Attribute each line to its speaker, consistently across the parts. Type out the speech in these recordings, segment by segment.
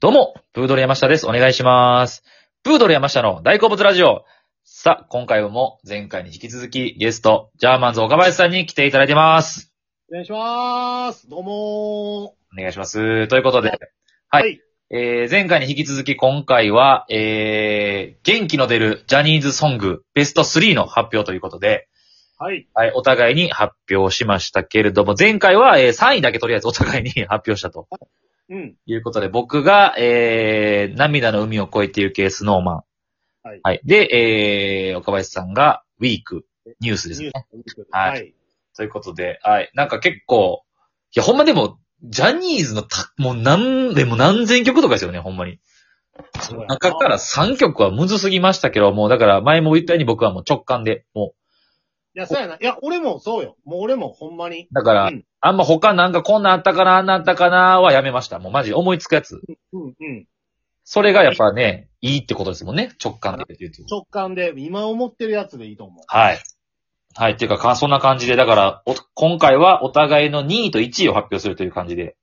Speaker 1: どうも、プードル山下です。お願いします。プードル山下の大好物ラジオ。さあ、今回も前回に引き続きゲスト、ジャーマンズ岡林さんに来ていただいてます。
Speaker 2: お願いします。どうも
Speaker 1: お願いします。ということで、
Speaker 2: ー。
Speaker 1: はい。えー、前回に引き続き今回は、えー、元気の出るジャニーズソングベスト3の発表ということで、
Speaker 2: はい。
Speaker 1: はい、お互いに発表しましたけれども、前回は、えー3位だけとりあえずお互いに 発表したと
Speaker 2: うん。
Speaker 1: いうことで、僕が、えー、涙の海を越えてゆけスノーマン。
Speaker 2: はい。
Speaker 1: はい。で、えー、岡林さんが、ウィーク、ニュースです
Speaker 2: ニュー
Speaker 1: ね。
Speaker 2: ス
Speaker 1: はい
Speaker 2: い。
Speaker 1: ということで、はい。なんか結構、いや、ほんまでも、ジャニーズのた、もう何、でも何千曲とかですよね、ほんまに。
Speaker 2: そうやな
Speaker 1: 中から3曲はむずすぎましたけど、もうだから前も言ったように僕はもう直感で、も
Speaker 2: いや、そうやな。いや、俺もそうよ。もう俺もほんまに。
Speaker 1: う。だから、
Speaker 2: うん
Speaker 1: あんま他なんかこんなんあったかな、あんなんあったかなはやめました。もうマジ思いつくやつ。
Speaker 2: うんうん。
Speaker 1: それがやっぱね、いいってことですもんね、直感で言うと。
Speaker 2: 直感で、今思ってるやつでいいと思う。
Speaker 1: はい。はい。っていうかか、そんな感じで、だから、お今回はお互いの2位と1位を発表するという感じで、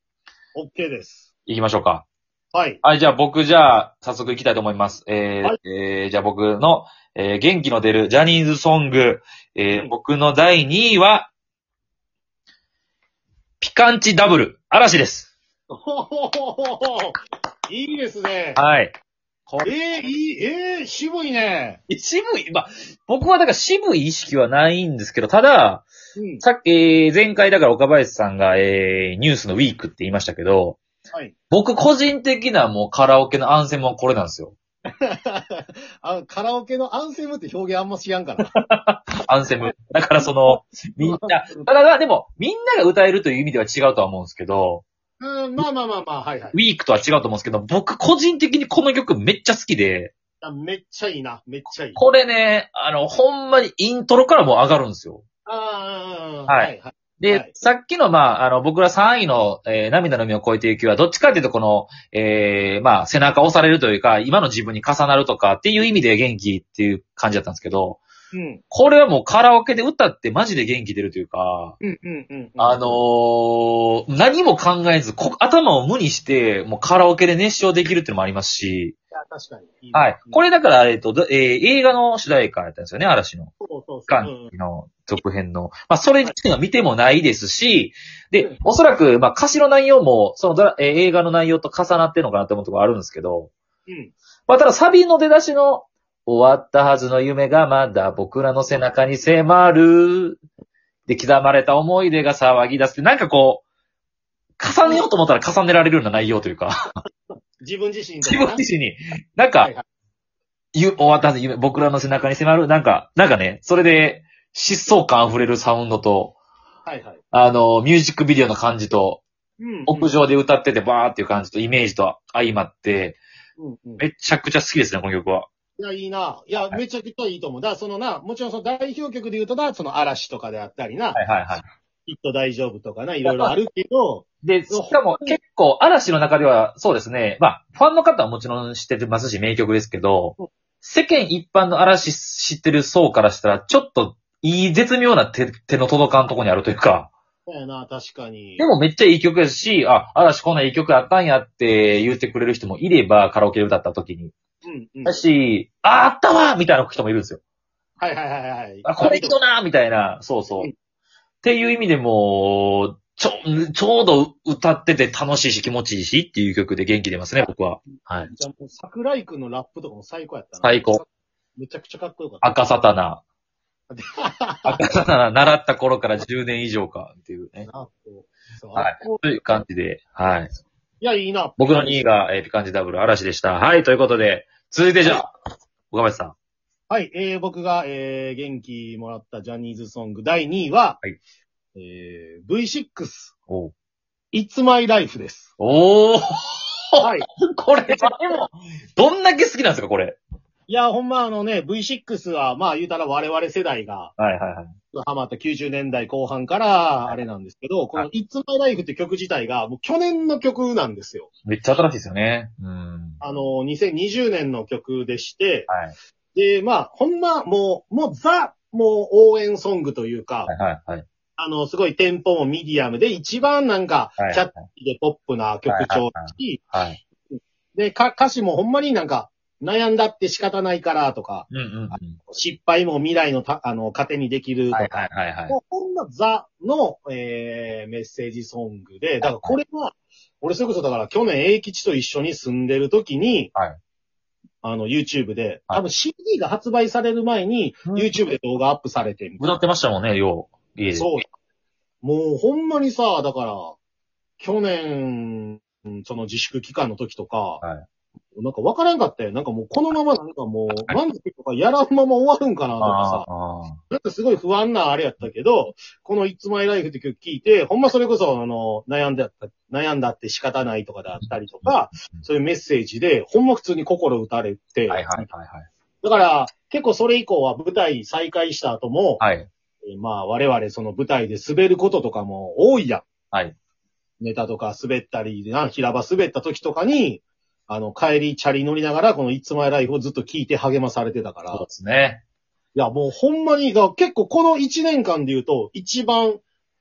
Speaker 2: オッケーです。
Speaker 1: いきましょうか。
Speaker 2: はい。
Speaker 1: はい、じゃあ僕、じゃあ、早速いきたいと思います。えー
Speaker 2: はい
Speaker 1: えーじゃあ僕の、えー元気の出るジャニーズソング、えー
Speaker 2: うん
Speaker 1: 僕の第2位は、ピカンチダブル、嵐です。
Speaker 2: おほほほほほいいですね。
Speaker 1: はい。
Speaker 2: えー、いい、えー、渋いね。
Speaker 1: 渋い、まあ、僕はだから渋い意識はないんですけど、ただ、
Speaker 2: うん。
Speaker 1: さっき、えー前回だから岡林さんが、えーニュースのウィークって言いましたけど、
Speaker 2: はい。
Speaker 1: 僕個人的なもうカラオケのアンセムはこれなんですよ。
Speaker 2: あカラオケのアンセムって表現あんま知らんから。
Speaker 1: アンセム。だからそ の、みんな、
Speaker 2: うん
Speaker 1: ただでも、みんなが歌えるという意味では違うとは思うんですけど、
Speaker 2: うん、まあまあまあまあ、はいはい
Speaker 1: ウ。ィークとは違うと思うんですけど、僕個人的にこの曲めっちゃ好きで、
Speaker 2: あめっちゃいいな。めっちゃいい。
Speaker 1: これね、あの、ほんまにイントロからもう上がるんですよ。
Speaker 2: ああ、
Speaker 1: はい
Speaker 2: いはい。
Speaker 1: で、
Speaker 2: はい
Speaker 1: さっきの、まあ、あの、僕ら3位の、えー涙の海を越えていくは、どっちかっていうと、この、えーまあ、背中押されるというか、今の自分に重なるとかっていう意味で元気っていう感じだったんですけど、
Speaker 2: うん。
Speaker 1: これはもうカラオケで歌ってマジで元気出るというか、
Speaker 2: うんうんうんうん。
Speaker 1: あのー何も考えず、こ頭を無にして、もうカラオケで熱唱できるっていうのもありますし、
Speaker 2: いや、確かに。いいね
Speaker 1: はい。これだから、えっ、と、どえー映画の主題歌やったんですよね、嵐の。
Speaker 2: そうそうそう
Speaker 1: ガンの続編の。まあ、それ自体は見てもないですし、
Speaker 2: う
Speaker 1: で
Speaker 2: ん、
Speaker 1: おそらく、まあ、歌詞の内容も、そのドラ、えー映画の内容と重なってるのかなって思うところあるんですけど、
Speaker 2: うん。
Speaker 1: まあ、ただサビの出だしの、終わったはずの夢がまだ僕らの背中に迫る。で、刻まれた思い出が騒ぎ出すって、なんかこう、重ねようと思ったら重ねられるような内容という か、
Speaker 2: 自分自身と
Speaker 1: 自
Speaker 2: かな
Speaker 1: 分自身に、なんか、
Speaker 2: はいはい
Speaker 1: ゆ終わったはずの夢、僕らの背中に迫る、なんか、なんかね、それで、疾走感溢れるサウンドと、
Speaker 2: はいはい。
Speaker 1: あの、ミュージックビデオの感じと、
Speaker 2: うん
Speaker 1: 屋上で歌っててバーっていう感じと、イメージと相まって、
Speaker 2: うんうん。い
Speaker 1: めちゃくちゃ好きですね、この曲は。
Speaker 2: や、いいな。いや、めちゃくちゃいいと思う。だから、そのな、もちろんその代表曲で言うとな、その嵐とかであったりな、
Speaker 1: はいはいはい。
Speaker 2: きっと大丈夫とかな、いろいろあるけど、
Speaker 1: で、しかも結構嵐の中ではそうですね、まあ、ファンの方はもちろん知ってますし、名曲ですけど
Speaker 2: うん、
Speaker 1: 世間一般の嵐知ってる層からしたら、ちょっといい絶妙な手手の届かんとこにあるというか、
Speaker 2: そうやな、確かに。
Speaker 1: でもめっちゃいい曲やし、あ、嵐こんないい曲あったんやって言ってくれる人もいれば、カラオケで歌った時に。
Speaker 2: うんうん。
Speaker 1: だし、あ、あったわみたいな人もいるんですよ。
Speaker 2: はいはいはいはい。
Speaker 1: あ、これいい
Speaker 2: と
Speaker 1: よなみたいな、そうそう。
Speaker 2: うん
Speaker 1: っていう意味でも、ちょ、ちょうど歌ってて楽しいし気持ちいいしっていう曲で元気出ますね、僕は。はい。
Speaker 2: じゃあもう桜井くんのラップとかも最高やったな。
Speaker 1: 最高。
Speaker 2: めちゃくちゃかっこよかった。
Speaker 1: 赤サタナ。
Speaker 2: あ、
Speaker 1: 赤サタナ習った頃から10年以上かっていうね。
Speaker 2: そうそう
Speaker 1: はい
Speaker 2: あこう
Speaker 1: という感じで、はい。
Speaker 2: いや、いいな。
Speaker 1: 僕の2位が、えーピカンジダブル嵐でした。はい、ということで、続いてじゃあ、岡林さん。
Speaker 2: はい、えー、僕が、えー、元気もらったジャニーズソング第2位は、
Speaker 1: はい
Speaker 2: えー、V6、
Speaker 1: おう
Speaker 2: It's My Life です。
Speaker 1: おー
Speaker 2: はい。
Speaker 1: これ、でも、どんだけ好きなんですか、これ。
Speaker 2: いや、ほんまあのね、V6 は、まあ言うたら我々世代が
Speaker 1: はいはいはい。
Speaker 2: ハマった90年代後半から、あれなんですけど、この It's My Life って曲自体が、もう去年の曲なんですよ。
Speaker 1: めっちゃ新しいですよね。うん。
Speaker 2: あの、2020年の曲でして、
Speaker 1: はい。
Speaker 2: で、まあ、ほんま、もう、もうザ、もう応援ソングというか、
Speaker 1: はいはいはい。
Speaker 2: あの、すごいテンポもミディアムで、一番なんか
Speaker 1: は、い
Speaker 2: キャッチーでポップな曲調だし、
Speaker 1: はい。
Speaker 2: で、か、歌詞もほんまになんか、悩んだって仕方ないからとか、
Speaker 1: うんうん
Speaker 2: 失敗も未来のた、あの、糧にでき
Speaker 1: う
Speaker 2: る
Speaker 1: ん。
Speaker 2: と
Speaker 1: は
Speaker 2: か
Speaker 1: い、はいはいはい。
Speaker 2: もうほんまザの、えー、メッセージソングで、だからこれは、俺それこそだから去年英吉と一緒に住んでる時に、
Speaker 1: はい
Speaker 2: あの YouTube で、
Speaker 1: はい
Speaker 2: 多分 CD が発売される前に、
Speaker 1: うん
Speaker 2: YouTube で動画アップされてみたい
Speaker 1: 歌ってましたもんね、よう。家
Speaker 2: な。
Speaker 1: で。
Speaker 2: そう。もうほんまにさ、だから、去年、うんその自粛期間の時とか、
Speaker 1: は
Speaker 2: なんかわからんかったよ。なんかもうこのままなんかもう満足とかやらんまま終わるんかなとかさ。
Speaker 1: ああー。
Speaker 2: なんかすごい不安なあれやったけど、この It's My Life って曲聞いて、ほんまそれこそ、あの、悩んだった、悩んだって仕方ないとかであったりとか
Speaker 1: う、ん
Speaker 2: そういうメッセージで、ほんま普通に心打たれて、
Speaker 1: はいはいはい
Speaker 2: だから、結構それ以降は舞台再開した後も、
Speaker 1: はい。はい。
Speaker 2: えーまあ我々その舞台で滑ることとかも多いやん。
Speaker 1: はい。
Speaker 2: ネタとか滑ったり、な、平場滑った時とかに、あの、帰りチャリ乗りながら、この It's My Life をずっと聞いて励まされてたから
Speaker 1: そう。ですね。
Speaker 2: いや、もうほんまに、が結構この1年間で言うと、一番、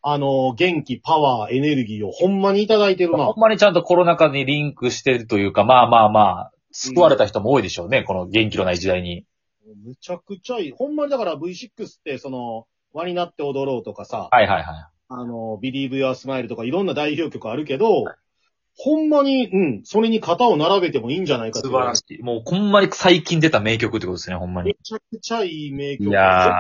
Speaker 2: あの、元気、パワー、エネルギーをほんまにいただいてるな
Speaker 1: ほ。んまにちゃんとコロナ禍にリンクしてるというか、まあまあまあ、救われた人も多いでしょうね、この元気のない時代に。
Speaker 2: むちゃくちゃいい。ほんまにだから V6 って、その、輪になって踊ろうとかさ、
Speaker 1: はいはいは
Speaker 2: あの、Believe Your Smile とかいろんな代表曲あるけど、ほんまに、うん、それに肩を並べてもいいんじゃない
Speaker 1: い。
Speaker 2: か
Speaker 1: 素晴ら
Speaker 2: し
Speaker 1: しい。もうほんまに最近出た名曲ってことですね、ほんま
Speaker 2: め
Speaker 1: に。
Speaker 2: ちゃくちゃいい名
Speaker 1: い
Speaker 2: 曲。
Speaker 1: やー、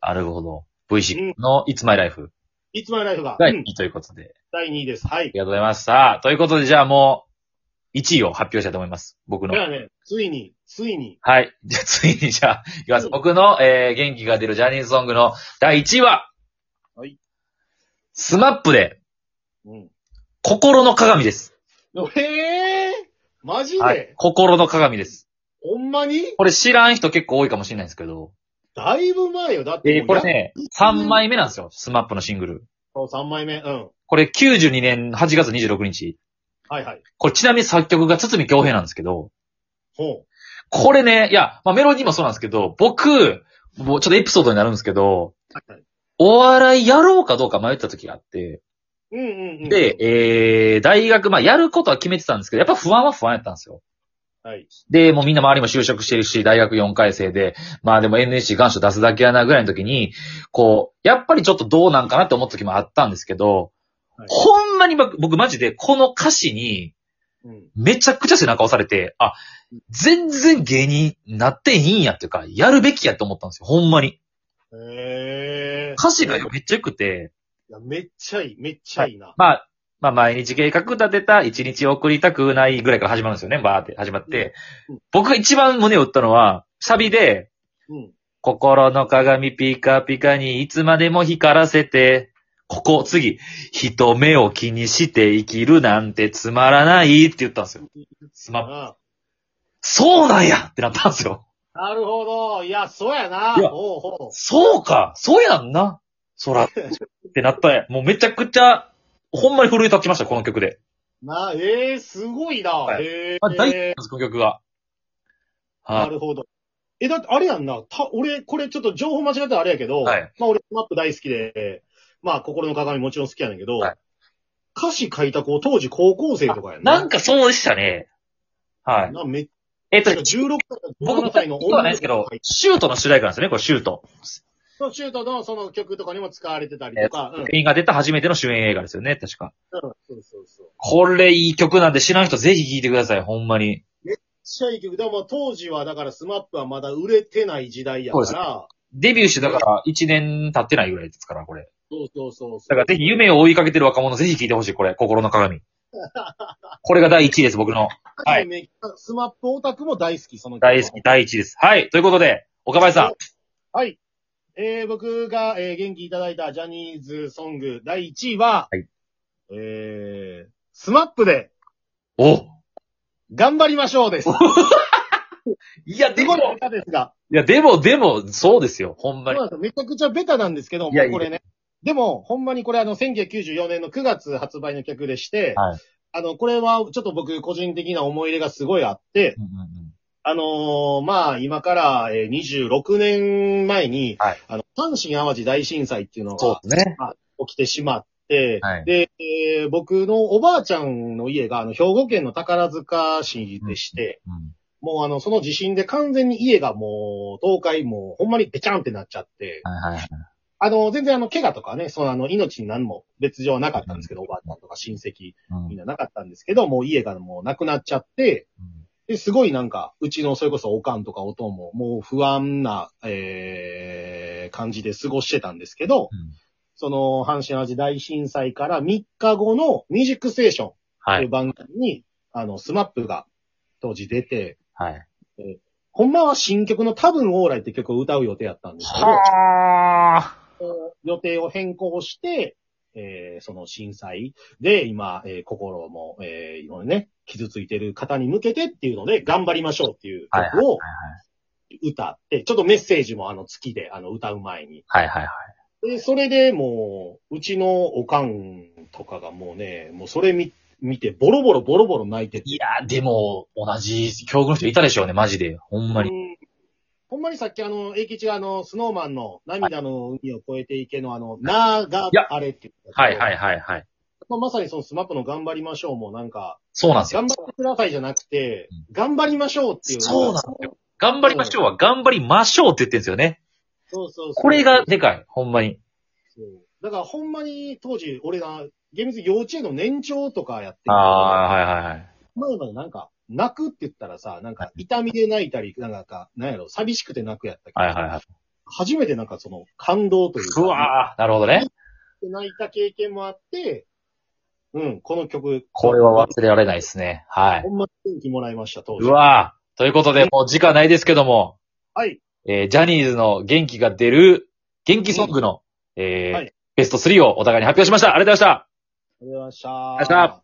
Speaker 1: なるほど。V6 の It's My Life
Speaker 2: いつまでライフが、
Speaker 1: が
Speaker 2: う
Speaker 1: い
Speaker 2: ん
Speaker 1: いということで。
Speaker 2: 第2位です。は
Speaker 1: あり
Speaker 2: い。
Speaker 1: がとうございました。ということで、じゃあもう、1位を発表したいと思います。僕の
Speaker 2: で。はね、ついに、ついに、
Speaker 1: はい。 じゃあ、ついに、じゃあ、いきます。僕の、えー、元気が出るジャニーズソングの第1位は、
Speaker 2: はい。
Speaker 1: スマップで、
Speaker 2: うん。
Speaker 1: 心の鏡です。
Speaker 2: ええー、マジで、
Speaker 1: はい。心の鏡です。
Speaker 2: ほんまに
Speaker 1: これ知らん人結構多いかもしれないんですけど、
Speaker 2: だいぶ前よ。だってもう
Speaker 1: え
Speaker 2: や、
Speaker 1: ー、これね、3枚目なんですよ。スマップのシングル。
Speaker 2: そう。3枚目。うん。
Speaker 1: これ92年8月26日。
Speaker 2: はいはい。
Speaker 1: これちなみに作曲が堤京平なんですけど、
Speaker 2: ほ
Speaker 1: これね、いや、まあ、メロディーもそうなんですけど、僕、もうちょっとエピソードになるんですけど、
Speaker 2: はいはい
Speaker 1: お笑いやろうかどうか迷った時があって、
Speaker 2: う。うんうんうん。
Speaker 1: で、、えー、大学、まあ、やることは決めてたんですけど、やっぱ不安は不安やったんですよ。
Speaker 2: はい。
Speaker 1: で、もうみんな周りも就職してるし、大学4回生で、まあでも NSC 願書出すだけやなぐらいの時に、こう、やっぱりちょっとどうなんかなって思った時もあったんですけど、
Speaker 2: はい
Speaker 1: ほんまに僕僕マジでこの歌詞に
Speaker 2: うん。
Speaker 1: めちゃくちゃ背中押されて、あ、全然芸人になっていいんやっていうか、やるべきやと思ったんですよ、ほんまに。
Speaker 2: へえー。
Speaker 1: 歌詞がめっちゃ良くて、
Speaker 2: いや、めっちゃいい。めっちゃいいな。
Speaker 1: まあ、まあ、毎日計画立てた一日送りたくないぐらいから始まるんですよね、バーって始まって
Speaker 2: うんうん。
Speaker 1: 僕が一番胸を打ったのは、サビで、
Speaker 2: うん。
Speaker 1: 心の鏡ピカピカにいつまでも光らせて、ここ、次、人目を気にして生きるなんてつまらないって言ったんですよ。スマップ。
Speaker 2: あ
Speaker 1: そうなんやってなったんですよ。
Speaker 2: なるほど。いや、そうやな。
Speaker 1: いや
Speaker 2: ほうほう。
Speaker 1: そうかそうやんなそ ら。ってなったんやもうめちゃくちゃ、ほんまに震え立ちました、この曲で。
Speaker 2: な、ええー、すごいな。
Speaker 1: はい
Speaker 2: へえ
Speaker 1: まあ、大好きなん
Speaker 2: ー。
Speaker 1: です、この曲が。
Speaker 2: な
Speaker 1: はい。
Speaker 2: るほど。え、だってあれやんな。た、俺、これちょっと情報間違ったらあれやけど、
Speaker 1: はい
Speaker 2: まあ俺、スマップ大好きで、まあ、心の鏡もちろん好きやねんけど、
Speaker 1: はい
Speaker 2: 歌詞書いた子、当時高校生とかやんな。
Speaker 1: なんかそうでしたね。はい。
Speaker 2: なめっ
Speaker 1: えっと
Speaker 2: ちゃ、16歳
Speaker 1: 僕
Speaker 2: か
Speaker 1: も
Speaker 2: 17歳の
Speaker 1: ではないですけど、シュートの主題歌なんですよね、これシュート。
Speaker 2: そのシュートのその曲とかにも使われてたりとか。うん。うん
Speaker 1: 国が出た初めての主演映画ですよね、確か。
Speaker 2: そうそうそう。めっ
Speaker 1: これいい曲なんで知らん人ぜひ聴いてください、ほんまに。
Speaker 2: ちゃいい曲。でも当時はだからスマップはまだ売れてない時代やから。
Speaker 1: そ
Speaker 2: そ
Speaker 1: デビューしてだから1年経ってないぐらいですから、これ。
Speaker 2: うそうそうそう。
Speaker 1: だからぜひ夢を追いかけてる若者ぜひ聴いてほしい、これ。心の 鏡。これが第1位です、僕の。はい
Speaker 2: めっちゃスマップオタクも大好き、その曲
Speaker 1: 大好き、第1位です。はい。ということで、岡林さん。
Speaker 2: はい。えー、僕が、えー、元気いただいたジャニーズソング第1位は、
Speaker 1: はい
Speaker 2: えー、スマップで
Speaker 1: お
Speaker 2: 頑張りましょうです。
Speaker 1: いや、
Speaker 2: す
Speaker 1: で
Speaker 2: ご
Speaker 1: も
Speaker 2: い、歌ですが。
Speaker 1: いや、でも、でも、そうですよ、ほんま
Speaker 2: そう
Speaker 1: に
Speaker 2: な。んですよめちゃくちゃベタなんですけど、
Speaker 1: いや
Speaker 2: もうこれね。でも、ほんまにこれあの、1994年の9月発売の曲でして、
Speaker 1: はい
Speaker 2: あの、これはちょっと僕個人的な思い入れがすごいあって、
Speaker 1: うんうんうん
Speaker 2: あのーまあ、今からえー26年前に、
Speaker 1: はい
Speaker 2: あの、阪神淡路大震災っていうの
Speaker 1: そ
Speaker 2: が
Speaker 1: うですね。
Speaker 2: 起きてしまって、
Speaker 1: はい
Speaker 2: で、えー僕のおばあちゃんの家が、あの、兵庫県の宝塚市でして、
Speaker 1: うん
Speaker 2: もうあの、その地震で完全に家がもう、倒壊もう、ほんまにぺちゃんってなっちゃって、
Speaker 1: はいはい。
Speaker 2: あの、全然あの、怪我とかね、そのあの、命に何も別状はなかったんですけど、おばあちゃんとか親戚
Speaker 1: うん
Speaker 2: みんななかったんですけど、もう家がもうなくなっちゃって、で、すごいなんか、うちのそれこそおかんとかおとんも、もう不安な、えー、感じで過ごしてたんですけど、
Speaker 1: うん
Speaker 2: その、阪神淡路大震災から3日後のミュージックステーション
Speaker 1: は
Speaker 2: という
Speaker 1: い。
Speaker 2: 番組に、あの、スマップが当時出て、
Speaker 1: はい。
Speaker 2: ほんまは新曲の多分オーライって曲を歌う予定だったんですけど、
Speaker 1: は
Speaker 2: 予定を変更して、えーその震災で今、えー心も、えーいろいろね、傷ついてる方に向けてっていうので、頑張りましょうっていう曲を歌って、ちょっとメッセージもあの月で、あの歌う前に。
Speaker 1: はいはいはい。
Speaker 2: で、それでもう、うちのおかんとかがもうね、もうそれ見、見て、ボロボロボロボロ泣いてて
Speaker 1: いやー、でも、同じ境遇の人いたでしょうね、マジで。ほんまに。
Speaker 2: うんほんまにさっきあの、英吉があの、スノーマンの涙の海を越えていけのあの、なーが
Speaker 1: いや
Speaker 2: あれっていう。
Speaker 1: はいはいはいはい。
Speaker 2: まあ。まさにそのスマップの頑張りましょうもなんか、
Speaker 1: そうなんですよ
Speaker 2: 頑。張ってくださいじゃなくて
Speaker 1: うん、
Speaker 2: 頑張りましょうっていう。
Speaker 1: そうなんですよ。頑張りましょうは、頑張りましょうって言ってるんですよね。
Speaker 2: そうそうそう
Speaker 1: これがでかい。ほんまに。
Speaker 2: そうだからほんまに当時、俺が、厳密に幼稚園の年長とかやってる
Speaker 1: ああ、はいはいはい。
Speaker 2: 前までなんか、泣くって言ったらさ、なんか痛みで泣いたり、なんか、なんやろ、寂しくて泣くやったけど、
Speaker 1: はいはいはい。
Speaker 2: 初めてなんかその、感動というか。
Speaker 1: うわー、なるほどね。
Speaker 2: って泣いた経験もあって、うん、この曲。
Speaker 1: これは忘れられないですね。はい
Speaker 2: ほ。んまに元気もらいました、当時。
Speaker 1: うわー。ということで、もう時間ないですけども、
Speaker 2: はい。
Speaker 1: えージャニーズの元気が出る、元気ソングの、えー
Speaker 2: はい
Speaker 1: ベスト3をお互いに発表しました。ありがとうございました。
Speaker 2: ありがとうございました。
Speaker 1: ありがとうございました